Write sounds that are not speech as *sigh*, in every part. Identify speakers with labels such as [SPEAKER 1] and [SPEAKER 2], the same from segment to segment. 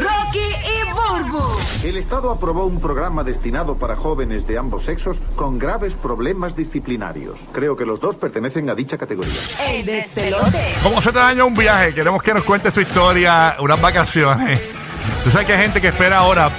[SPEAKER 1] Rocky y Burbu,
[SPEAKER 2] El Estado aprobó un programa destinado para jóvenes de ambos sexos con graves problemas disciplinarios. Creo que los dos pertenecen a dicha categoría.
[SPEAKER 1] el
[SPEAKER 3] este
[SPEAKER 1] despelote.
[SPEAKER 4] ¿Cómo se te daña un viaje? Queremos que nos cuentes tu historia, unas vacaciones. *laughs* Tú sabes que hay gente que espera ahora,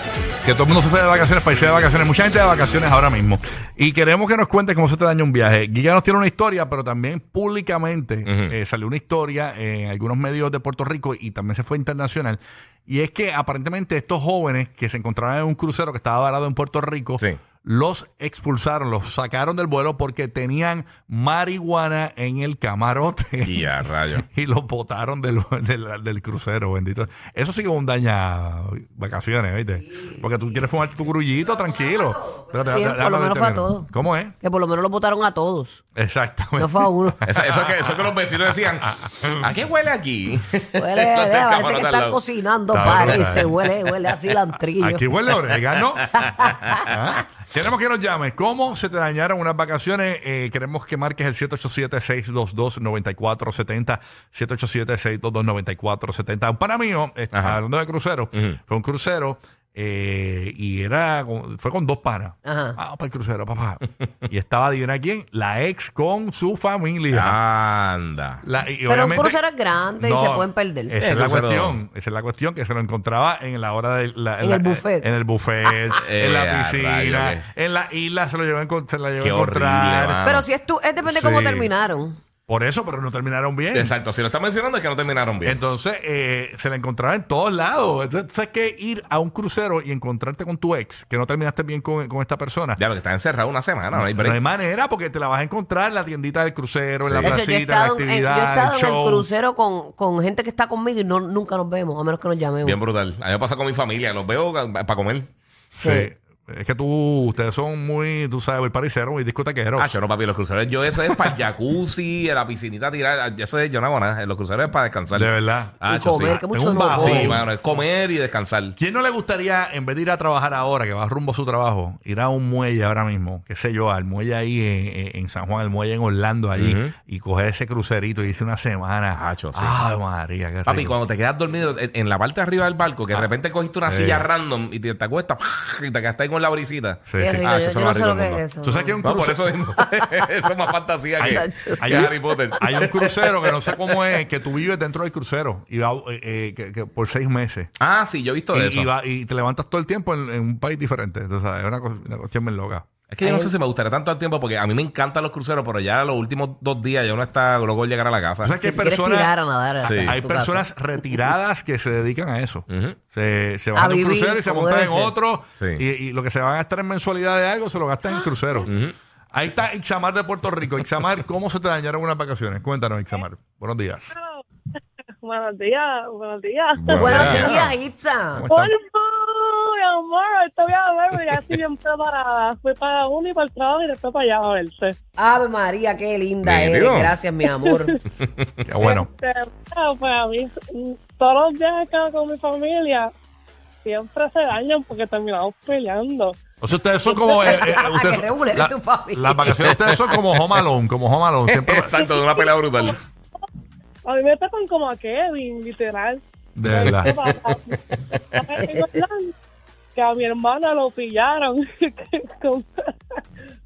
[SPEAKER 4] que todo el mundo se espera de vacaciones, para irse de vacaciones, mucha gente de vacaciones ahora mismo. Y queremos que nos cuentes cómo se te daña un viaje. Guilla nos tiene una historia, pero también públicamente eh, salió una historia en algunos medios de Puerto Rico y también se fue internacional. Y es que aparentemente estos jóvenes que se encontraban en un crucero que estaba varado en Puerto Rico,
[SPEAKER 5] Sí.
[SPEAKER 4] los expulsaron, los sacaron del vuelo porque tenían marihuana en el camarote.
[SPEAKER 5] Y a rayo.
[SPEAKER 4] y los botaron del, *laughs* del, del crucero, bendito. Eso sí que es un daña vacaciones, ¿viste? Porque tú quieres fumar tu grullito, tranquilo. Pero te-
[SPEAKER 3] Sí,
[SPEAKER 4] te-
[SPEAKER 3] por
[SPEAKER 4] déjame
[SPEAKER 3] lo menos fue a
[SPEAKER 4] detener.
[SPEAKER 3] todos.
[SPEAKER 4] ¿Cómo es? *laughs*
[SPEAKER 3] Que por lo menos los votaron a todos.
[SPEAKER 4] Exactamente.
[SPEAKER 3] No fue a
[SPEAKER 4] *laughs*
[SPEAKER 3] uno.
[SPEAKER 5] Eso, eso que, eso que los vecinos decían, ¿a qué huele aquí?
[SPEAKER 3] Huele,
[SPEAKER 5] *laughs* Está
[SPEAKER 3] vea,
[SPEAKER 5] el
[SPEAKER 3] parece
[SPEAKER 5] camarote
[SPEAKER 3] que
[SPEAKER 5] al
[SPEAKER 3] están
[SPEAKER 5] lado.
[SPEAKER 3] cocinando,
[SPEAKER 4] Está brutal.
[SPEAKER 3] parece. Huele, huele a cilantrillo.
[SPEAKER 4] Aquí huele a
[SPEAKER 3] *laughs*
[SPEAKER 4] orégano. Ah, Queremos que nos llames. ¿Cómo se te dañaron unas vacaciones? Eh, queremos que marques el 787-622-9470. 787-622-9470. Un pana mío, eh,
[SPEAKER 5] Ajá.
[SPEAKER 4] hablando de crucero, fue un crucero eh, y era con- fue con dos panas.
[SPEAKER 3] Ajá.
[SPEAKER 4] Vamos para el crucero, papá. y estaba, adivina quién, la ex con su familia.
[SPEAKER 5] Anda.
[SPEAKER 4] La- y
[SPEAKER 3] Ah. Pero un
[SPEAKER 4] obviamente-
[SPEAKER 3] crucero es grande y
[SPEAKER 4] no,
[SPEAKER 3] se pueden perder.
[SPEAKER 4] Esa
[SPEAKER 5] Eh,
[SPEAKER 4] es la
[SPEAKER 5] crucero.
[SPEAKER 4] cuestión. Esa es la cuestión que se lo encontraba en la hora de la-
[SPEAKER 3] En
[SPEAKER 4] la-
[SPEAKER 3] el buffet.
[SPEAKER 4] En el buffet, en
[SPEAKER 5] *laughs* Eh,
[SPEAKER 4] la
[SPEAKER 5] a rayos,
[SPEAKER 4] piscina,
[SPEAKER 5] qué-
[SPEAKER 4] en la isla se lo llevó a encont- se la llevó a
[SPEAKER 5] Qué horrible,
[SPEAKER 4] encontrar.
[SPEAKER 5] mano.
[SPEAKER 3] Pero si es tú, es depende de cómo
[SPEAKER 4] Sí.
[SPEAKER 3] terminaron.
[SPEAKER 4] Por eso, pero no terminaron bien.
[SPEAKER 5] Exacto, si lo están mencionando es que no terminaron bien.
[SPEAKER 4] Entonces, eh, se la encontraba en todos lados. Entonces, ¿sabes qué? Ir a un crucero y encontrarte con tu ex, que no terminaste bien con, con esta persona.
[SPEAKER 5] Ya lo que está encerrado una semana, no hay
[SPEAKER 4] No hay
[SPEAKER 5] break.
[SPEAKER 4] manera porque te la vas a encontrar en la tiendita del crucero, en la
[SPEAKER 5] Sí.
[SPEAKER 3] De hecho, yo
[SPEAKER 4] placita,
[SPEAKER 3] he
[SPEAKER 4] en la
[SPEAKER 3] estado en, en- yo he
[SPEAKER 4] actividad,
[SPEAKER 3] estado en el
[SPEAKER 4] show.
[SPEAKER 3] crucero con, con gente que está conmigo y no, nunca nos vemos, a menos que nos llamemos.
[SPEAKER 5] Bien brutal. A mí me pasa con mi familia, los veo para comer.
[SPEAKER 3] sí.
[SPEAKER 4] Sí. Es que tú, ustedes son muy, tú sabes, muy pariseros, muy discotequeros.
[SPEAKER 5] Ah, yo no, papi, los cruceros, yo eso es para el jacuzzi, *laughs* en la piscinita tirar, ah, eso es, yo no hago nada, los cruceros es para descansar.
[SPEAKER 4] De verdad.
[SPEAKER 5] Ah,
[SPEAKER 3] y
[SPEAKER 5] yo
[SPEAKER 3] comer,
[SPEAKER 5] sí.
[SPEAKER 3] que
[SPEAKER 4] Es
[SPEAKER 3] mucho
[SPEAKER 4] un
[SPEAKER 3] no
[SPEAKER 4] bajo.
[SPEAKER 5] Sí,
[SPEAKER 3] comen.
[SPEAKER 5] mano, es comer y descansar.
[SPEAKER 4] ¿Quién no le gustaría, en vez de ir a trabajar ahora, que va rumbo a su trabajo, ir a un muelle ahora mismo, qué sé yo, al muelle ahí en, en- en San Juan, al muelle en Orlando allí,
[SPEAKER 5] Ujú.
[SPEAKER 4] y coger ese crucerito y irse una semana?
[SPEAKER 5] Ah, yo sí.
[SPEAKER 4] Ay, María, qué
[SPEAKER 5] Papi,
[SPEAKER 4] rico. Ah,
[SPEAKER 5] cuando te quedas dormido en, en la parte de arriba del barco, que de repente cogiste una
[SPEAKER 4] Sí.
[SPEAKER 5] silla random y te, te acuestas *laughs* y te quedaste ahí con la brisita.
[SPEAKER 4] Sí,
[SPEAKER 3] Qué
[SPEAKER 4] sí.
[SPEAKER 3] rico,
[SPEAKER 5] Ah,
[SPEAKER 3] yo,
[SPEAKER 5] eso
[SPEAKER 3] yo
[SPEAKER 5] es
[SPEAKER 3] no
[SPEAKER 5] más
[SPEAKER 3] sé
[SPEAKER 5] rico
[SPEAKER 3] lo que
[SPEAKER 5] del
[SPEAKER 3] es eso.
[SPEAKER 4] ¿Tú sabes que hay un
[SPEAKER 5] No, por
[SPEAKER 4] crucero?
[SPEAKER 5] eso mismo. *laughs* eso es más fantasía
[SPEAKER 4] Hay-
[SPEAKER 5] que,
[SPEAKER 4] hay-
[SPEAKER 5] que Harry
[SPEAKER 4] *laughs*
[SPEAKER 5] Potter.
[SPEAKER 4] Hay un crucero que no sé cómo es, que tú vives dentro del crucero y va, eh, eh, que- que por seis meses.
[SPEAKER 5] Ah, sí, yo he visto de
[SPEAKER 4] Y,
[SPEAKER 5] eso.
[SPEAKER 4] y va- y te levantas todo el tiempo en, en un país diferente. O sea, es una, co- una cuestión bien loca.
[SPEAKER 5] Es que yo no sé si me gustaría tanto el tiempo porque a mí me encantan los cruceros, pero ya los últimos dos días ya uno está loco de llegar a la casa.
[SPEAKER 4] O sea, que hay
[SPEAKER 3] Si te quieres tirar a
[SPEAKER 4] personas,
[SPEAKER 3] nadar a-
[SPEAKER 5] Sí.
[SPEAKER 3] a
[SPEAKER 4] hay
[SPEAKER 3] tu casa.
[SPEAKER 4] personas retiradas que se dedican a eso.
[SPEAKER 5] Ujú.
[SPEAKER 4] Se, se van a un
[SPEAKER 3] vivir
[SPEAKER 4] crucero y se
[SPEAKER 3] como
[SPEAKER 4] montan en
[SPEAKER 3] debe ser.
[SPEAKER 4] otro.
[SPEAKER 5] Sí.
[SPEAKER 4] Y, y lo que se van a gastar en mensualidad de algo se lo gastan
[SPEAKER 3] Ah.
[SPEAKER 4] en crucero. Ahí está Ixamar de Puerto Rico. Ixamar, ¿cómo se te dañaron unas vacaciones? Cuéntanos, Ixamar. Buenos días.
[SPEAKER 6] Buenos días, buenos días.
[SPEAKER 5] Bueno,
[SPEAKER 3] Buenos
[SPEAKER 5] ya.
[SPEAKER 3] días, Itza.
[SPEAKER 4] ¿Cómo
[SPEAKER 6] Hola,
[SPEAKER 4] están?
[SPEAKER 6] amor, estoy a ver, ya estoy bien preparada. Fui para uno y para el trabajo y después para allá a verse.
[SPEAKER 3] Ave María, qué linda
[SPEAKER 5] Mira.
[SPEAKER 3] eres. Gracias, mi
[SPEAKER 4] *laughs*
[SPEAKER 3] amor.
[SPEAKER 4] Qué bueno.
[SPEAKER 6] Este, bueno, pues a mí, mm, todos los días acá con mi familia siempre se dañan porque terminamos peleando.
[SPEAKER 4] O sea, ustedes son como. eh,
[SPEAKER 3] *laughs*
[SPEAKER 4] eh,
[SPEAKER 3] Ah, que
[SPEAKER 4] ustedes son-
[SPEAKER 3] regulen
[SPEAKER 4] la-
[SPEAKER 3] tu familia.
[SPEAKER 4] Las vacaciones de ustedes son como Home Alone, como Home Alone. Siempre,
[SPEAKER 5] Exacto, de una pelea brutal.
[SPEAKER 6] A mí me tratan como a Kevin, literal.
[SPEAKER 4] de
[SPEAKER 6] *laughs*
[SPEAKER 4] verdad.
[SPEAKER 6] *laughs* Ahora tengo el plan, que a mi hermana lo pillaron con,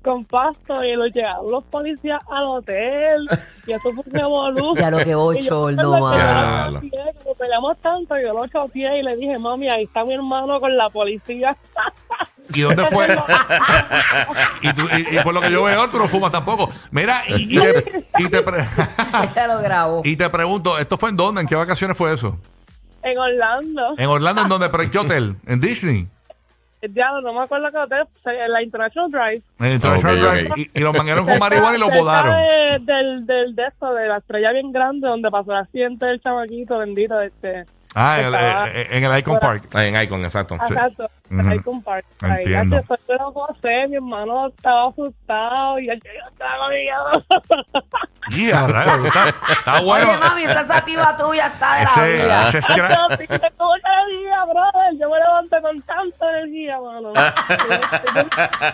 [SPEAKER 6] con pasto y lo llegaron los policías al hotel y eso fue un revolú.
[SPEAKER 3] Ya lo que ah. bochorno,
[SPEAKER 6] Y yo me acuerdo
[SPEAKER 5] mano.
[SPEAKER 6] que yo lo choteé, como peleamos tanto, yo lo choteé y le dije, mami, ahí está mi hermano con la policía.
[SPEAKER 4] ¿Y dónde fue? y, tú- y- y por lo que yo veo, tú no fumas tampoco. Mira, y, y te, y te pre- *laughs*
[SPEAKER 3] Ya lo grabó.
[SPEAKER 4] y te pregunto, ¿esto fue en dónde? ¿En qué vacaciones fue eso?
[SPEAKER 6] *laughs*
[SPEAKER 4] *laughs*
[SPEAKER 6] en Orlando.
[SPEAKER 4] ¿En Orlando? ¿En dónde? ¿Pero en qué hotel? ¿En Disney?
[SPEAKER 6] Ya no me acuerdo qué hotel, en la International Drive.
[SPEAKER 4] En el Treasure
[SPEAKER 5] Ah, Ok, ok.
[SPEAKER 4] Drive. Eh, Y, y los mangaron con marihuana
[SPEAKER 3] *laughs*
[SPEAKER 4] y los
[SPEAKER 6] Cerca
[SPEAKER 4] volaron.
[SPEAKER 6] de- del, del, de esto, de la estrella bien grande, donde pasó el accidente del chamaquito bendito. Este,
[SPEAKER 4] Ah,
[SPEAKER 6] que
[SPEAKER 4] en
[SPEAKER 6] estaba-
[SPEAKER 4] el, en el Icon Park.
[SPEAKER 5] Ahí En Icon, exacto.
[SPEAKER 6] Exacto,
[SPEAKER 4] Ujú.
[SPEAKER 6] ahí con Park. Ahí, ya
[SPEAKER 4] Entiendo.
[SPEAKER 6] se fue, pero no sé, mi hermano estaba asustado y yo, yo estaba miedo.
[SPEAKER 4] Yeah, raro, está, está bueno.
[SPEAKER 3] Oye, mami, esa sativa tuya está de la
[SPEAKER 4] Ese,
[SPEAKER 3] vida.
[SPEAKER 4] ese *laughs* es
[SPEAKER 6] *laughs* Yo,
[SPEAKER 4] cra-
[SPEAKER 6] pinte, ¿Cómo que la vida, brother? Yo me levanto con tanta energía, mano.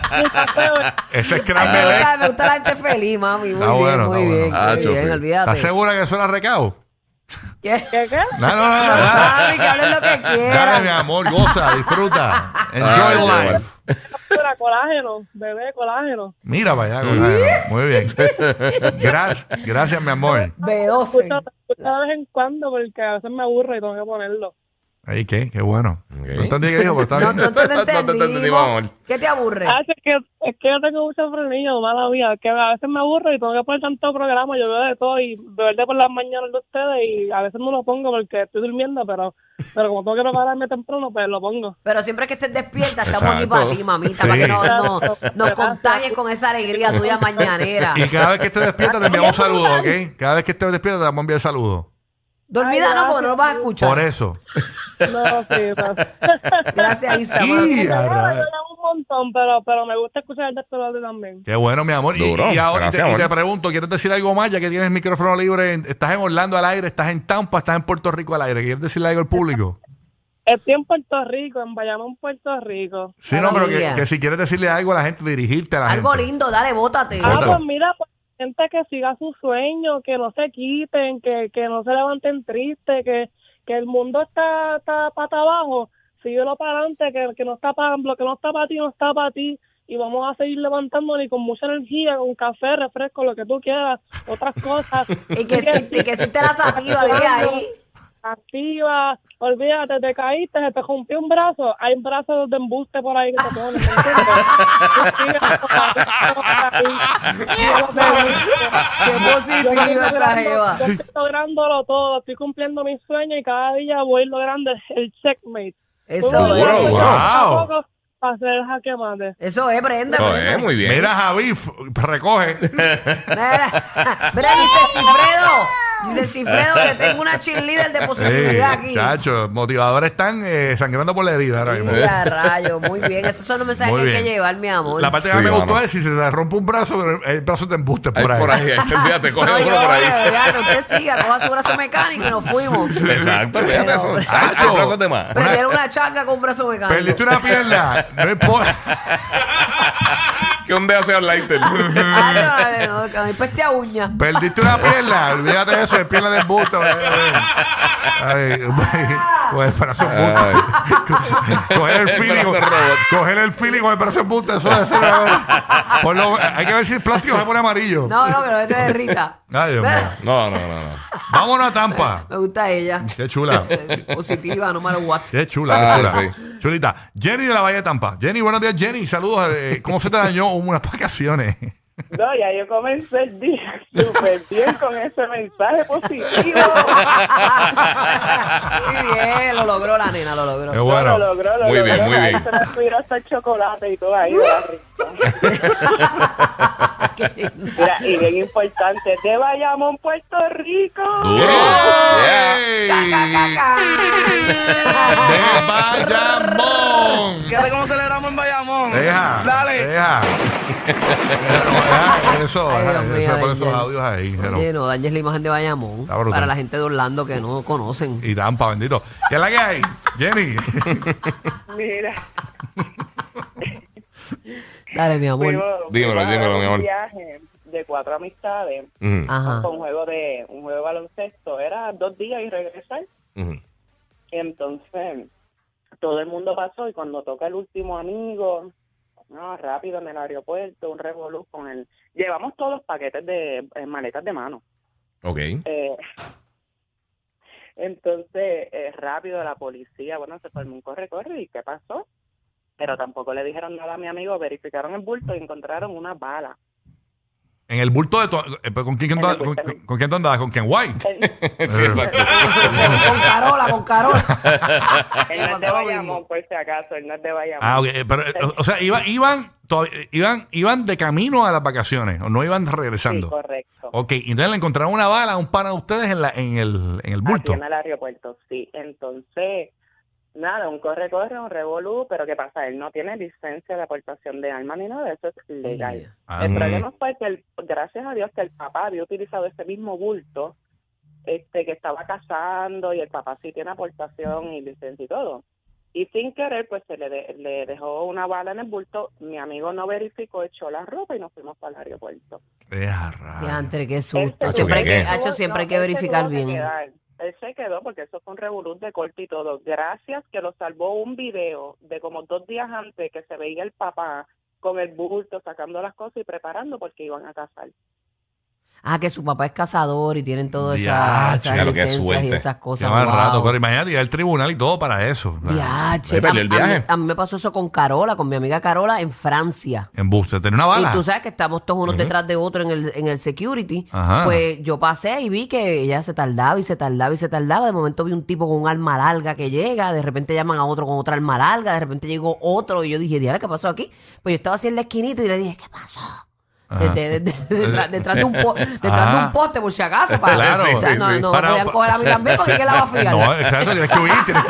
[SPEAKER 3] Ay,
[SPEAKER 4] ese es
[SPEAKER 3] me,
[SPEAKER 4] crack
[SPEAKER 3] gusta, me gusta la gente feliz, mami. Muy
[SPEAKER 4] Está
[SPEAKER 3] bien,
[SPEAKER 4] eh, Ah, bueno,
[SPEAKER 3] muy
[SPEAKER 4] está
[SPEAKER 3] bien.
[SPEAKER 4] bueno.
[SPEAKER 3] muy
[SPEAKER 5] Hacho,
[SPEAKER 3] bien,
[SPEAKER 5] sí.
[SPEAKER 4] ¿Estás
[SPEAKER 3] olvídate.
[SPEAKER 4] segura que eso era recao?
[SPEAKER 3] ¿Qué?
[SPEAKER 6] ¿Qué, qué?
[SPEAKER 4] No, no, no, no, no.
[SPEAKER 3] Mami, que hablen lo que
[SPEAKER 4] *laughs* Dale, mi
[SPEAKER 3] quieran.
[SPEAKER 4] amor, goza, disfruta.
[SPEAKER 5] Ay,
[SPEAKER 4] Enjoy
[SPEAKER 5] qué
[SPEAKER 4] life.
[SPEAKER 5] bueno.
[SPEAKER 6] Era colágeno, bebé, colágeno.
[SPEAKER 4] Mira para allá, colega. Muy bien.
[SPEAKER 5] *laughs*
[SPEAKER 4] Gracias, gracias, mi amor.
[SPEAKER 6] Escucho,
[SPEAKER 3] B12.
[SPEAKER 6] escucho de vez en cuando porque a veces me aburre y tengo que ponerlo.
[SPEAKER 4] Ay, qué, qué bueno.
[SPEAKER 5] Ok.
[SPEAKER 4] No entendí qué dijo, pero está
[SPEAKER 3] No,
[SPEAKER 4] bien. *laughs*
[SPEAKER 3] no te
[SPEAKER 5] No te entendimos, amor.
[SPEAKER 3] entendimos. ¿Qué te aburre?
[SPEAKER 6] Ah, es que, es que yo tengo mucho frenillo, mala mía, que a veces me aburro y tengo que poner tanto programa, yo veo de todo y veo el de por las mañanas de ustedes y a veces no lo pongo porque estoy durmiendo, pero, pero como tengo que prepararme temprano, pues lo pongo.
[SPEAKER 3] Pero siempre que estés despierta, estamos aquí
[SPEAKER 5] Exacto.
[SPEAKER 3] para ti, mamita,
[SPEAKER 4] Sí.
[SPEAKER 3] para que no- no-
[SPEAKER 6] Exacto.
[SPEAKER 3] nos contagies con esa alegría tuya mañanera.
[SPEAKER 4] Y cada vez que estés despierta te enviamos saludos, ¿ok? Cada vez que estés despierta te vamos a enviar saludos.
[SPEAKER 3] Dormida
[SPEAKER 6] Ay,
[SPEAKER 3] no, porque no lo vas a
[SPEAKER 4] Por e-
[SPEAKER 3] escuchar.
[SPEAKER 4] eso.
[SPEAKER 6] No, sí, no.
[SPEAKER 3] Gracias, Isa. mami.
[SPEAKER 4] Y, a
[SPEAKER 6] Yo
[SPEAKER 4] rayos.
[SPEAKER 6] llamo un montón, pero, pero me gusta escuchar el de Estelade también.
[SPEAKER 4] Qué bueno, mi amor. Y-
[SPEAKER 5] Duro.
[SPEAKER 4] Y, ahora y
[SPEAKER 5] Gracias,
[SPEAKER 4] te, y
[SPEAKER 5] amor.
[SPEAKER 4] te pregunto, ¿quieres decir algo más ya que tienes el micrófono libre? Estás en Orlando al aire, estás en Tampa, estás en Puerto Rico al aire. ¿Quieres decirle algo
[SPEAKER 3] *laughs*
[SPEAKER 4] al público?
[SPEAKER 6] Estoy en Puerto Rico, en Bayamón, Puerto Rico.
[SPEAKER 4] Sí, no, pero que,
[SPEAKER 3] Maravilla.
[SPEAKER 4] que si quieres decirle algo a la gente, dirigirte a la
[SPEAKER 3] Algo
[SPEAKER 4] gente.
[SPEAKER 3] lindo, dale, bótate.
[SPEAKER 6] Ah,
[SPEAKER 4] Bótalo.
[SPEAKER 6] pues mira, pues, gente que siga su sueño, que no se quiten, que, que no se levanten tristes, que, que el mundo está, está pata abajo, síguelo para adelante, que, que no está para lo que no está para ti, no está para ti, y vamos a seguir levantándonos y con mucha energía, con café, refresco, lo que tú quieras, otras cosas.
[SPEAKER 3] *laughs* Y que si, y que si te la sativa, dile ahí.
[SPEAKER 6] Activa, olvídate, te caíste, se te rompió un brazo, hay brazos de embuste por ahí que te ponen. ¿me entiendes? Tú
[SPEAKER 3] Qué positiva
[SPEAKER 6] sigue
[SPEAKER 3] esta jeva.
[SPEAKER 6] yo estoy lográndolo todo, estoy cumpliendo mis sueños y cada día voy logrando el, el checkmate.
[SPEAKER 3] Eso
[SPEAKER 6] Voy
[SPEAKER 3] es.
[SPEAKER 5] Wow.
[SPEAKER 6] poco a poco Para hacer el jaque mate.
[SPEAKER 3] Eso es, Brenda.
[SPEAKER 5] Eso
[SPEAKER 3] Brenda.
[SPEAKER 5] es, muy bien.
[SPEAKER 4] Mira, Javi, f-
[SPEAKER 3] *laughs*
[SPEAKER 4] recoge.
[SPEAKER 3] Mira, mira, dice Cifredo. Dice Cifredo que tengo una cheerleader de positividad
[SPEAKER 4] *laughs* Sí,
[SPEAKER 3] aquí.
[SPEAKER 4] chacho, motivadores están eh, sangrando por la herida ahora mismo.
[SPEAKER 3] Mira, rayo, muy bien. Esos son los mensajes
[SPEAKER 4] Muy
[SPEAKER 3] que hay que
[SPEAKER 4] bien.
[SPEAKER 3] llevar, mi amor.
[SPEAKER 4] La parte que
[SPEAKER 5] Sí,
[SPEAKER 4] más me gustó
[SPEAKER 5] mano.
[SPEAKER 4] es si se te rompe un brazo, el- el brazo te embuste
[SPEAKER 5] Ahí
[SPEAKER 4] por ahí.
[SPEAKER 5] Por ahí, *laughs* fíjate, coge
[SPEAKER 3] No,
[SPEAKER 5] uno
[SPEAKER 3] yo,
[SPEAKER 5] por ahí.
[SPEAKER 3] de verdad, no, usted siga, coja su brazo mecánico y nos
[SPEAKER 4] *laughs*
[SPEAKER 3] fuimos.
[SPEAKER 5] Exacto, fíjate eso.
[SPEAKER 3] Pero-
[SPEAKER 5] Hay hay brazos de más.
[SPEAKER 3] Prender una changa con un brazo mecánico.
[SPEAKER 4] Perdiste una pierna. No importa.
[SPEAKER 5] Que un dedo sea un lighter.
[SPEAKER 3] Ah,
[SPEAKER 4] *laughs*
[SPEAKER 3] chaval, no, que a mí peste a uña.
[SPEAKER 4] Perdiste una pierna. Olvídate de eso, es pierna de embuste. eh, eh. Ay, con el brazo embuste. Coger el
[SPEAKER 5] El
[SPEAKER 4] feeling.
[SPEAKER 5] brazo robot.
[SPEAKER 4] Coger el feeling con el brazo embuste. Eso es. eso es- Por lo- Hay que ver si el plástico se pone amarillo.
[SPEAKER 3] No, no, que no te derrita.
[SPEAKER 4] Ay, Dios mío.
[SPEAKER 5] No, no, no, no.
[SPEAKER 4] Vámonos a Tampa.
[SPEAKER 3] *laughs* Me gusta ella. Eh,
[SPEAKER 4] Qué chula.
[SPEAKER 3] Positiva, no matter what.
[SPEAKER 4] Qué chula,
[SPEAKER 5] Ah,
[SPEAKER 4] qué chula.
[SPEAKER 5] sí.
[SPEAKER 4] Chulita. Jenny de la Valle de Tampa. Jenny, buenos días, Jenny. Saludos. eh, ¿Cómo se te dañó unas vacaciones?
[SPEAKER 7] No, ya yo comencé el día *laughs* súper bien con ese mensaje positivo.
[SPEAKER 3] Muy bien, lo logró la nena, lo logró.
[SPEAKER 4] Qué
[SPEAKER 7] Lo
[SPEAKER 4] bueno.
[SPEAKER 7] logró, lo
[SPEAKER 5] Muy
[SPEAKER 7] logró.
[SPEAKER 5] bien, muy
[SPEAKER 7] Ahí
[SPEAKER 5] bien.
[SPEAKER 7] se le subió hasta el chocolate y todo ahí de la risa. Mira, y bien importante, de Bayamón, Puerto Rico.
[SPEAKER 5] Duro. Yeah.
[SPEAKER 4] ¡Ey!
[SPEAKER 3] Caca.
[SPEAKER 4] ¡De
[SPEAKER 8] *laughs*
[SPEAKER 4] Bayamón!
[SPEAKER 8] Fíjate cómo celebramos en Bayamón.
[SPEAKER 4] Deja.
[SPEAKER 8] Dale.
[SPEAKER 4] Deja. Pero, deja eso,
[SPEAKER 3] Ay,
[SPEAKER 4] deja
[SPEAKER 3] Dios
[SPEAKER 4] eso,
[SPEAKER 3] mío,
[SPEAKER 4] pon esos
[SPEAKER 3] Daniel.
[SPEAKER 4] audios ahí. pero-
[SPEAKER 3] Oye, no dañes la imagen de Bayamón
[SPEAKER 4] Está brutal.
[SPEAKER 3] para la gente de Orlando que no conocen.
[SPEAKER 4] Y Tampa, bendito. ¿Qué es la que hay? Jenny.
[SPEAKER 7] Mira,
[SPEAKER 3] Dale, mi amor.
[SPEAKER 7] fuimos-
[SPEAKER 5] Dímelo,
[SPEAKER 7] fuimos a
[SPEAKER 5] dímelo,
[SPEAKER 7] un
[SPEAKER 5] mi amor.
[SPEAKER 7] viaje de cuatro amistades
[SPEAKER 5] Mm,
[SPEAKER 3] Ajá. *laughs*
[SPEAKER 7] con juego de un juego de baloncesto. Era dos días y regresar.
[SPEAKER 5] mm.
[SPEAKER 7] Entonces, todo el mundo pasó y cuando toca el último amigo,
[SPEAKER 6] No, rápido en el aeropuerto, un revolú con el... Llevamos todos los paquetes de eh, maletas de mano.
[SPEAKER 5] Ok.
[SPEAKER 6] Eh, *laughs* entonces, eh, rápido la policía, bueno, se formó un corre-corre y ¿qué pasó? Pero tampoco le dijeron nada a mi amigo, verificaron el bulto y encontraron una
[SPEAKER 4] *laughs*
[SPEAKER 6] bala.
[SPEAKER 4] En el bulto de tu... eh, pero ¿Con quién, tú
[SPEAKER 6] En el
[SPEAKER 4] andas- con,
[SPEAKER 6] bulto.
[SPEAKER 4] con- con quién tú andabas? ¿Con Ken White? Eh.
[SPEAKER 6] *laughs*
[SPEAKER 5] Sí, exacto.
[SPEAKER 3] Con Carola, con Carola.
[SPEAKER 6] Él no es de Bayamón, por si acaso, él no es de Bayamón.
[SPEAKER 4] Ah, ok, eh, pero, eh, o, o sea, iba- iban, todavía- eh, iban, iban de camino a las vacaciones, o no iban regresando.
[SPEAKER 6] Sí, correcto.
[SPEAKER 4] Ok, y entonces le encontraron una bala a un pana de ustedes en, la, en, el, en el bulto.
[SPEAKER 6] Así en el aeropuerto, sí. Entonces, nada, un corre-corre, un revolú, pero ¿qué pasa? Él no tiene licencia de aportación de armas ni nada, de eso es legal.
[SPEAKER 4] Ah,
[SPEAKER 6] el
[SPEAKER 4] mm.
[SPEAKER 6] problema fue que, el- gracias a Dios, que el papá había utilizado ese mismo bulto este que estaba cazando y el papá sí tiene aportación y licencia y todo. Y sin querer, pues se le, de- le dejó una bala en el bulto. Mi amigo no verificó, echó la ropa y nos fuimos para el aeropuerto.
[SPEAKER 4] Eh, a rayos.
[SPEAKER 3] Diantre, qué
[SPEAKER 6] Él
[SPEAKER 3] susto.
[SPEAKER 6] Este se
[SPEAKER 3] Siempre hay
[SPEAKER 6] tuvo-
[SPEAKER 3] que,
[SPEAKER 6] tuvo-
[SPEAKER 3] Hacho, siempre hay
[SPEAKER 6] no,
[SPEAKER 3] que
[SPEAKER 6] él se este
[SPEAKER 3] verificar
[SPEAKER 6] tuvo que
[SPEAKER 3] bien.
[SPEAKER 6] quedar. Él se quedó porque eso fue un revolú de corte y todo. Gracias que lo salvó un video de como dos días antes que se veía el papá con el bulto sacando las cosas y preparando porque iban a casar.
[SPEAKER 3] Ah, que su papá es cazador y tienen todas
[SPEAKER 4] Diache,
[SPEAKER 3] esas, esas
[SPEAKER 5] claro, qué
[SPEAKER 3] licencias y
[SPEAKER 5] suerte.
[SPEAKER 3] esas
[SPEAKER 4] Se
[SPEAKER 3] cosas.
[SPEAKER 4] va al
[SPEAKER 3] wow.
[SPEAKER 4] rato, pero imagínate ir al tribunal y todo para eso. O sea,
[SPEAKER 3] Diache.
[SPEAKER 5] Ahí
[SPEAKER 3] A,
[SPEAKER 5] perdió el
[SPEAKER 3] a mí-
[SPEAKER 5] viaje.
[SPEAKER 3] a mí me pasó eso con Carola, con mi amiga Carola en Francia.
[SPEAKER 4] En buste, tenía una bala.
[SPEAKER 3] Y tú sabes que estamos todos unos detrás de otro en el, en el security.
[SPEAKER 4] Ajá.
[SPEAKER 3] Pues yo pasé y vi que ella se tardaba y se tardaba y se tardaba. De momento vi un tipo con un arma larga que llega. De repente llaman a otro con otra arma larga. De repente llegó otro. Y yo dije, Diana, ¿qué pasó aquí? Pues yo estaba así en la esquinita y le dije, ¿qué pasó? Este,
[SPEAKER 4] Ajá.
[SPEAKER 3] De- de- de- de-
[SPEAKER 4] *laughs*
[SPEAKER 3] detrás, detrás de un po- detrás de
[SPEAKER 4] Ajá.
[SPEAKER 3] un poste, por si acaso. Para,
[SPEAKER 4] Claro,
[SPEAKER 3] o sea,
[SPEAKER 4] sí,
[SPEAKER 3] no,
[SPEAKER 4] sí.
[SPEAKER 3] no
[SPEAKER 4] Para-
[SPEAKER 3] me podían coger a mí también porque ¿quién la va a fiar?
[SPEAKER 4] Eh, *laughs* No, exacto, tienes que huir. Tienes,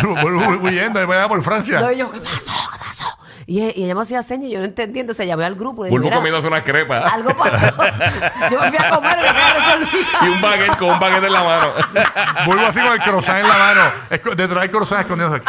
[SPEAKER 4] tienes- voy- voy- voy huyendo, voy allá por Francia.
[SPEAKER 3] No, y yo, ¿qué pasó? ¿Qué pasó? Y, e- y ella me hacía señas y yo no entendía. Entonces llamé al grupo. y le dije,
[SPEAKER 5] Bulbo
[SPEAKER 3] "Mira,
[SPEAKER 5] comiéndose unas crepas.
[SPEAKER 3] algo pasó. yo me fui a comer y me quedé resolvida.
[SPEAKER 5] *laughs* Y un baguette con un baguette en la mano.
[SPEAKER 4] Vuelvo así con el croissant en la mano. Esco- Detrás del croissant escondido.
[SPEAKER 5] *laughs*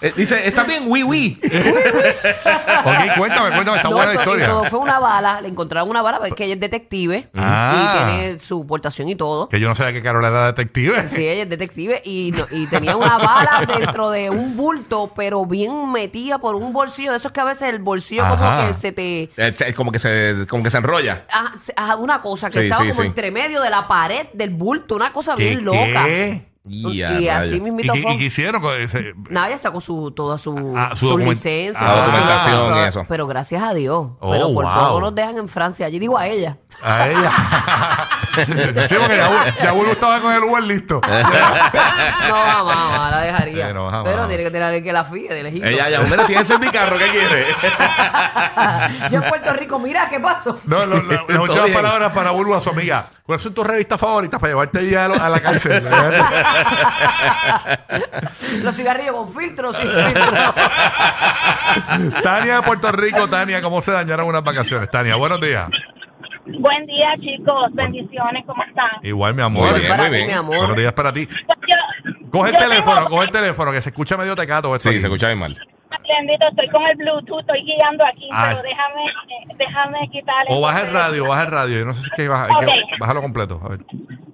[SPEAKER 5] Eh, Dice, está bien, oui, oui.
[SPEAKER 4] Ok, cuéntame, cuéntame, está
[SPEAKER 3] No,
[SPEAKER 4] buena la
[SPEAKER 3] esto-
[SPEAKER 4] historia.
[SPEAKER 3] y todo fue una bala, le encontraron una bala, porque ella es detective
[SPEAKER 4] Ah.
[SPEAKER 3] y tiene su portación y todo.
[SPEAKER 4] Que yo no sabía que Carola era detective.
[SPEAKER 3] Sí, ella es detective y, no- y tenía una bala dentro de un bulto, pero bien metida por un bolsillo de esos que a veces el bolsillo
[SPEAKER 4] Ajá.
[SPEAKER 3] como que se te...
[SPEAKER 5] Eh, se- Como que se como que se enrolla.
[SPEAKER 3] ah, se- ah, una cosa que
[SPEAKER 5] Sí,
[SPEAKER 3] estaba
[SPEAKER 5] sí,
[SPEAKER 3] como
[SPEAKER 5] sí.
[SPEAKER 3] entre medio de la pared del bulto, una cosa
[SPEAKER 4] ¿Qué-
[SPEAKER 3] bien loca.
[SPEAKER 4] qué?
[SPEAKER 3] Y,
[SPEAKER 5] a
[SPEAKER 3] así
[SPEAKER 5] rayos.
[SPEAKER 4] ¿Y
[SPEAKER 3] mismito
[SPEAKER 4] qué,
[SPEAKER 3] fue.
[SPEAKER 4] y qué hicieron? con ese-
[SPEAKER 3] Nada, ella sacó su, toda su,
[SPEAKER 4] Ah, su
[SPEAKER 3] su
[SPEAKER 4] document-
[SPEAKER 3] licencia.
[SPEAKER 4] Ah,
[SPEAKER 3] toda su-
[SPEAKER 5] documentación y
[SPEAKER 3] pero-
[SPEAKER 5] eso.
[SPEAKER 3] Pero gracias a Dios.
[SPEAKER 4] Oh,
[SPEAKER 3] pero por
[SPEAKER 4] wow.
[SPEAKER 3] poco nos dejan en Francia. Allí digo a ella. *laughs*
[SPEAKER 4] A ella. sí, porque ya, Bul- ya Bulbo estaba con el Uber listo.
[SPEAKER 3] No, mamá, mamá, la dejaría.
[SPEAKER 4] Sí, no,
[SPEAKER 3] Pero,
[SPEAKER 4] mamá, mamá.
[SPEAKER 3] tiene que tener alguien que la fíe de lejito.
[SPEAKER 5] Ella ya, hombre, tiene ese carro ¿qué quiere?
[SPEAKER 3] Yo en Puerto Rico, mira, ¿qué pasó?
[SPEAKER 4] No, lo- lo- las
[SPEAKER 5] Todo
[SPEAKER 4] últimas
[SPEAKER 5] bien.
[SPEAKER 4] palabras para Bulbo a su amiga. ¿Cuáles son tus revistas favoritas para llevarte ya a, lo- a la cárcel? *laughs*
[SPEAKER 3] Los cigarrillos con filtro, sin filtro.
[SPEAKER 4] Tania de Puerto Rico, Tania, ¿cómo se dañaron unas vacaciones? Tania, buenos días.
[SPEAKER 9] Buen día, chicos. Bendiciones, ¿cómo están?
[SPEAKER 4] Igual, mi amor.
[SPEAKER 5] Muy bien,
[SPEAKER 3] para
[SPEAKER 5] muy
[SPEAKER 3] ti,
[SPEAKER 5] bien.
[SPEAKER 3] mi amor.
[SPEAKER 4] Buenos días para ti.
[SPEAKER 9] Pues yo-
[SPEAKER 4] Coge el
[SPEAKER 9] yo
[SPEAKER 4] teléfono,
[SPEAKER 9] tengo-
[SPEAKER 4] coge el teléfono, que se escucha medio tecato. esto
[SPEAKER 5] Sí,
[SPEAKER 4] aquí.
[SPEAKER 5] se escucha bien mal.
[SPEAKER 9] Bendito, estoy con el Bluetooth, estoy guiando aquí,
[SPEAKER 4] Ay.
[SPEAKER 9] pero déjame, eh, déjame quitar
[SPEAKER 4] O baja
[SPEAKER 9] bajar
[SPEAKER 4] el radio, baja el radio. Yo no sé si es que baja, hay que
[SPEAKER 9] Ok.
[SPEAKER 4] bajarlo completo. A ver.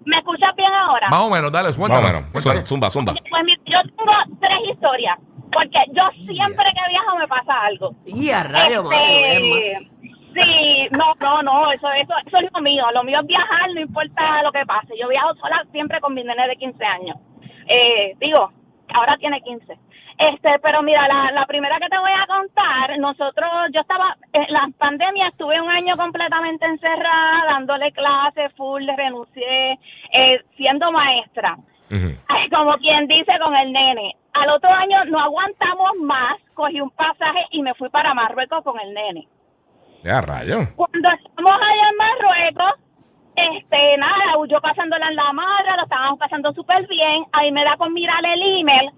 [SPEAKER 9] ¿Me escuchas bien ahora?
[SPEAKER 4] Más o menos, dale,
[SPEAKER 5] Más o
[SPEAKER 4] cuéntanos.
[SPEAKER 5] menos.
[SPEAKER 4] cuéntanos.
[SPEAKER 5] Zu- Zumba, zumba.
[SPEAKER 9] Pues mi- yo tengo tres historias, porque yo siempre que viajo me pasa algo.
[SPEAKER 3] Y a rayo,
[SPEAKER 9] Este,
[SPEAKER 3] madre, no veas más.
[SPEAKER 9] Sí, no, no, no, eso, eso, eso es lo mío. Lo mío es viajar, no importa lo que pase. Yo viajo sola siempre con mi nene de 15 años. Eh, digo, ahora tiene 15. Este, pero mira, la, la primera que te voy a contar, nosotros, yo estaba, en la pandemia estuve un año completamente encerrada, dándole clases, full, renuncié, eh, siendo maestra.
[SPEAKER 5] Ujú.
[SPEAKER 9] Ay, *laughs* como quien dice con el nene. Al otro año no aguantamos más, cogí un pasaje y me fui para Marruecos con el nene.
[SPEAKER 5] Ya, rayo.
[SPEAKER 9] Cuando estamos allá en Marruecos, este, nada, yo pasándola en la madre, lo estábamos pasando súper bien, ahí me da con mirar el email,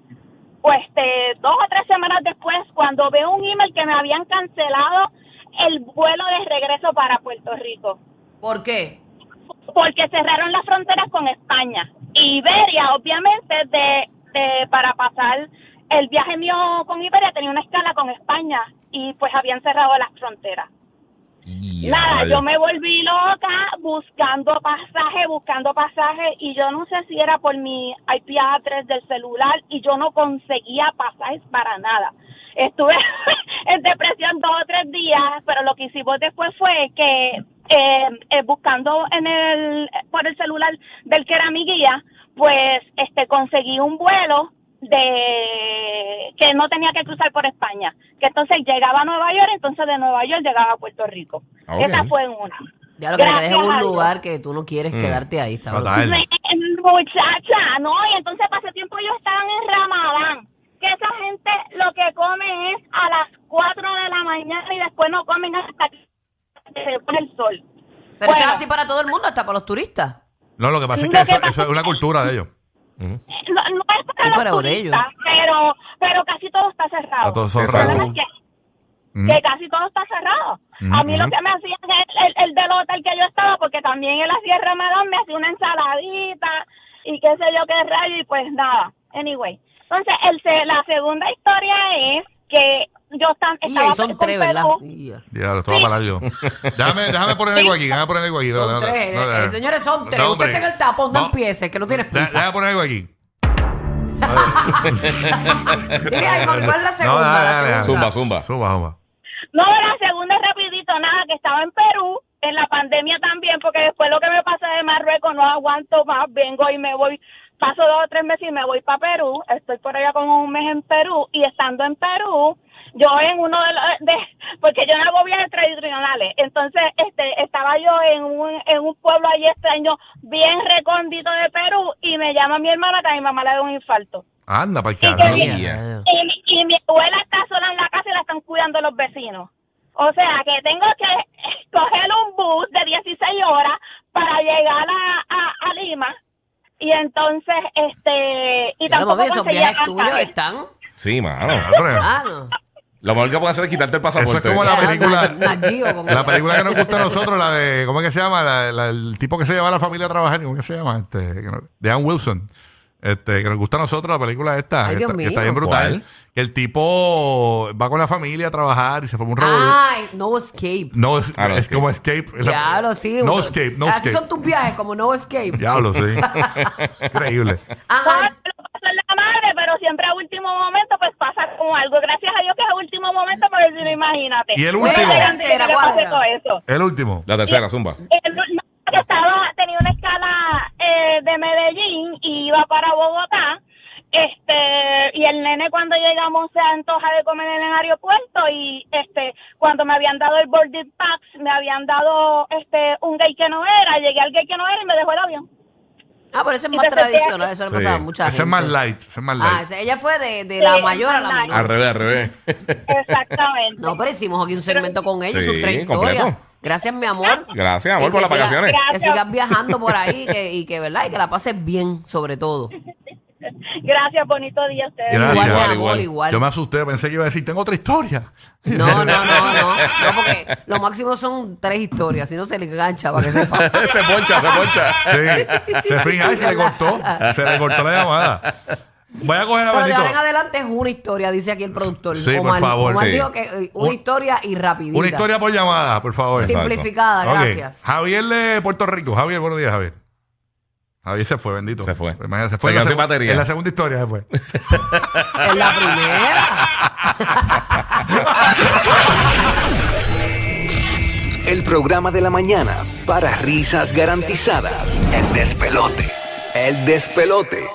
[SPEAKER 9] pues este, dos o tres semanas después, cuando veo un email que me habían cancelado el vuelo de regreso para Puerto Rico
[SPEAKER 3] ¿Por qué?
[SPEAKER 9] porque cerraron las fronteras con España. Y Iberia, obviamente, de, de- para pasar el viaje mío con Iberia tenía una escala con España y pues habían cerrado las fronteras.
[SPEAKER 5] Ya,
[SPEAKER 9] Nada,
[SPEAKER 5] rayo.
[SPEAKER 9] yo me volví loca buscando pasaje, buscando pasaje y yo no sé si era por mi IP address del celular y yo no conseguía pasajes para nada. Estuve *laughs* en depresión dos o tres días, pero lo que hicimos después fue que eh, eh, buscando en el por el celular del que era mi guía, pues este conseguí un vuelo de que no tenía que cruzar por España, que entonces llegaba a Nueva York, entonces de Nueva York llegaba a Puerto Rico.
[SPEAKER 3] Ok.
[SPEAKER 9] Esa fue una.
[SPEAKER 3] Ya lo que te quedes en
[SPEAKER 9] Gracias
[SPEAKER 3] un
[SPEAKER 9] a Dios.
[SPEAKER 3] lugar que tú no quieres
[SPEAKER 4] Mm.
[SPEAKER 3] quedarte ahí, está brutal.
[SPEAKER 9] Muchacha, no, y entonces para ese tiempo ellos estaban en Ramadán. Que esa gente lo que come es a las 4 de la mañana y después no comen hasta que se pone el sol.
[SPEAKER 3] Pero eso es
[SPEAKER 9] Bueno.
[SPEAKER 3] así para todo el mundo, hasta para los turistas.
[SPEAKER 4] No, lo que pasa es
[SPEAKER 9] Lo
[SPEAKER 4] que,
[SPEAKER 9] que
[SPEAKER 4] eso,
[SPEAKER 9] pasa
[SPEAKER 4] eso es una cultura de ellos.
[SPEAKER 9] No, no es para
[SPEAKER 3] Sí,
[SPEAKER 9] los
[SPEAKER 3] pero de
[SPEAKER 9] turistas, pero, pero casi todo está cerrado.
[SPEAKER 4] A todos son
[SPEAKER 9] El problema
[SPEAKER 4] raros.
[SPEAKER 9] es que
[SPEAKER 4] Mm.
[SPEAKER 9] que casi todo está cerrado. A mí lo
[SPEAKER 4] Ujú.
[SPEAKER 9] que me hacían el, el, el del hotel que yo estaba, porque también él hacía el ramadán, me hacía una ensaladita y qué sé yo qué rayo, y pues nada. Anyway. Entonces, el, se- la segunda historia es que yo tam-
[SPEAKER 3] Y
[SPEAKER 9] estaba
[SPEAKER 3] ahí son
[SPEAKER 9] con
[SPEAKER 3] tres, ¿verdad?
[SPEAKER 9] Perú.
[SPEAKER 3] Y ya.
[SPEAKER 4] Ya, lo estaba para yo. Déjame, déjame poner algo aquí, déjame poner algo aquí. No, no, no,
[SPEAKER 3] Tres,
[SPEAKER 4] no,
[SPEAKER 3] eh,
[SPEAKER 4] no,
[SPEAKER 3] eh, señores, son tres.
[SPEAKER 4] No,
[SPEAKER 3] Usted
[SPEAKER 4] hombre.
[SPEAKER 3] está en el tapón, no,
[SPEAKER 4] No.
[SPEAKER 3] empiece, que no tienes
[SPEAKER 4] Dé-
[SPEAKER 3] prisa.
[SPEAKER 4] Déjame poner algo aquí.
[SPEAKER 3] Dile, ay, ¿cuál es la segunda?
[SPEAKER 4] dale,
[SPEAKER 3] la
[SPEAKER 4] dale,
[SPEAKER 3] segunda.
[SPEAKER 4] dale.
[SPEAKER 5] Zumba, zumba.
[SPEAKER 4] Suba, suba.
[SPEAKER 9] No, la segunda es rapidito, nada, que estaba en Perú, en la pandemia también, porque después lo que me pasa de Marruecos no aguanto más, vengo y me voy, paso dos o tres meses y me voy para Perú, estoy por allá como un mes en Perú, y estando en Perú, yo en uno de los, de- porque yo no hago viajes tradicionales, entonces este estaba yo en un, en un pueblo allí extraño, bien recóndito de Perú, y me llama mi hermana que a mi mamá le da un infarto.
[SPEAKER 4] Anda, para el
[SPEAKER 9] Sí,
[SPEAKER 4] carajo.
[SPEAKER 9] que- Y, mi- y mi abuela está sola en la casa y la están cuidando los vecinos. O sea que tengo que *laughs* coger un bus de 16 horas para llegar a, a- a Lima. Y entonces, este. Y
[SPEAKER 3] Ya lo
[SPEAKER 9] tampoco
[SPEAKER 3] mami, esos
[SPEAKER 9] conseguía
[SPEAKER 3] viajes tuyos
[SPEAKER 9] pasaje.
[SPEAKER 3] están.
[SPEAKER 5] Sí, mano.
[SPEAKER 4] Ah, pero
[SPEAKER 3] Ah, no.
[SPEAKER 5] Lo mejor que pueden hacer es quitarte el
[SPEAKER 4] Eso es
[SPEAKER 5] pasaporte.
[SPEAKER 4] como la
[SPEAKER 3] Ya,
[SPEAKER 4] película.
[SPEAKER 3] na- na- Gio, como-
[SPEAKER 4] La película que nos gusta a nosotros, la de, ¿cómo es que se llama? La, la- el tipo que se lleva a la familia a trabajar, ¿cómo es que se llama? Este, que no- de Ann Wilson. Este, que nos gusta a nosotros la película esta,
[SPEAKER 3] Ay,
[SPEAKER 4] que,
[SPEAKER 3] Dios
[SPEAKER 4] está, que
[SPEAKER 3] mío.
[SPEAKER 4] está bien brutal.
[SPEAKER 5] ¿Cuál?
[SPEAKER 4] Que el tipo va con la familia a trabajar y se forma un revolú.
[SPEAKER 3] Ay, no escape.
[SPEAKER 4] No, es,
[SPEAKER 5] Ah, no,
[SPEAKER 4] es
[SPEAKER 5] escape.
[SPEAKER 4] como escape. Es la-
[SPEAKER 3] Ah. Ya lo Ah, sí.
[SPEAKER 4] No
[SPEAKER 3] porque-
[SPEAKER 4] escape, no
[SPEAKER 3] Así
[SPEAKER 4] escape.
[SPEAKER 3] son tus viajes, como no escape.
[SPEAKER 4] Diablo, sí.
[SPEAKER 3] *laughs*
[SPEAKER 4] Increíble.
[SPEAKER 3] Ajá.
[SPEAKER 9] Bueno, lo pasó en la madre, pero siempre a último momento, pues pasa como algo. Gracias a Dios que es a último momento, pero si no, imagínate.
[SPEAKER 4] Y el
[SPEAKER 9] Fue
[SPEAKER 4] último.
[SPEAKER 9] grande que
[SPEAKER 3] Tercera,
[SPEAKER 9] le pase
[SPEAKER 3] cuadra.
[SPEAKER 9] todo eso.
[SPEAKER 4] El último.
[SPEAKER 5] La tercera, zumba.
[SPEAKER 9] el, Eh, no, yo estaba tenía una escala eh, de Medellín y iba para Bogotá este y el nene cuando llegamos se antoja de comer en el aeropuerto y este cuando me habían dado el boarding pass me habían dado este un gay que no era llegué al gay que no era y me dejó el
[SPEAKER 3] *laughs*
[SPEAKER 9] avión
[SPEAKER 3] Ah, pero eso es
[SPEAKER 9] Y
[SPEAKER 3] más
[SPEAKER 9] te sentías-
[SPEAKER 3] tradicional, eso le
[SPEAKER 5] Sí.
[SPEAKER 3] pasaba a mucha gente.
[SPEAKER 4] Ese es más light. Ese es más
[SPEAKER 3] Ah,
[SPEAKER 4] light.
[SPEAKER 3] esa- ella fue de, de la
[SPEAKER 9] Sí,
[SPEAKER 3] mayor a la
[SPEAKER 9] más light.
[SPEAKER 3] menor.
[SPEAKER 5] Al revés, al revés. *laughs*
[SPEAKER 9] exactamente
[SPEAKER 3] No, pero hicimos aquí un segmento con ellos,
[SPEAKER 5] Sí,
[SPEAKER 3] sus tres historias.
[SPEAKER 5] completo.
[SPEAKER 3] Gracias, mi amor.
[SPEAKER 4] Ah,
[SPEAKER 5] Gracias, amor,
[SPEAKER 3] Que
[SPEAKER 5] por las
[SPEAKER 3] sigas-
[SPEAKER 5] vacaciones.
[SPEAKER 3] Que sigas viajando por ahí que- y que, ¿verdad? Y que la pases bien, sobre
[SPEAKER 4] *laughs*
[SPEAKER 3] todo.
[SPEAKER 9] gracias bonito día a ustedes
[SPEAKER 3] Igual, mi
[SPEAKER 4] Gracias.
[SPEAKER 5] Igual,
[SPEAKER 3] amor,
[SPEAKER 5] igual.
[SPEAKER 3] igual.
[SPEAKER 4] Yo me asusté, pensé que iba a decir, tengo otra historia.
[SPEAKER 3] No, no, no, no, no, porque lo máximo son tres historias, si no se le engancha para que
[SPEAKER 4] *laughs*
[SPEAKER 3] sepa.
[SPEAKER 5] *laughs* se poncha, se poncha.
[SPEAKER 3] *laughs*
[SPEAKER 4] Sí, se fija y se le cortó. Se le cortó la llamada. Voy a coger a
[SPEAKER 3] Pero de
[SPEAKER 4] Benito.
[SPEAKER 3] ahora en adelante es una historia, dice aquí el productor.
[SPEAKER 4] Sí, por favor,
[SPEAKER 3] Omar
[SPEAKER 4] sí.
[SPEAKER 3] dijo que eh, una
[SPEAKER 4] Un-
[SPEAKER 3] historia y rapidita.
[SPEAKER 4] Una historia por llamada, por favor.
[SPEAKER 5] Exacto.
[SPEAKER 3] simplificada,
[SPEAKER 4] Ok.
[SPEAKER 3] gracias.
[SPEAKER 4] Javier de Puerto Rico. Javier, buenos días, Javier. Javier se fue, bendito.
[SPEAKER 5] Se fue.
[SPEAKER 4] Imagínate, se
[SPEAKER 5] Se
[SPEAKER 4] fue. en
[SPEAKER 5] quedó
[SPEAKER 4] la
[SPEAKER 5] sin
[SPEAKER 4] segu-
[SPEAKER 5] batería.
[SPEAKER 4] En la segunda historia se fue.
[SPEAKER 3] Es la primera.
[SPEAKER 10] El programa de la mañana para risas garantizadas. El despelote. El despelote.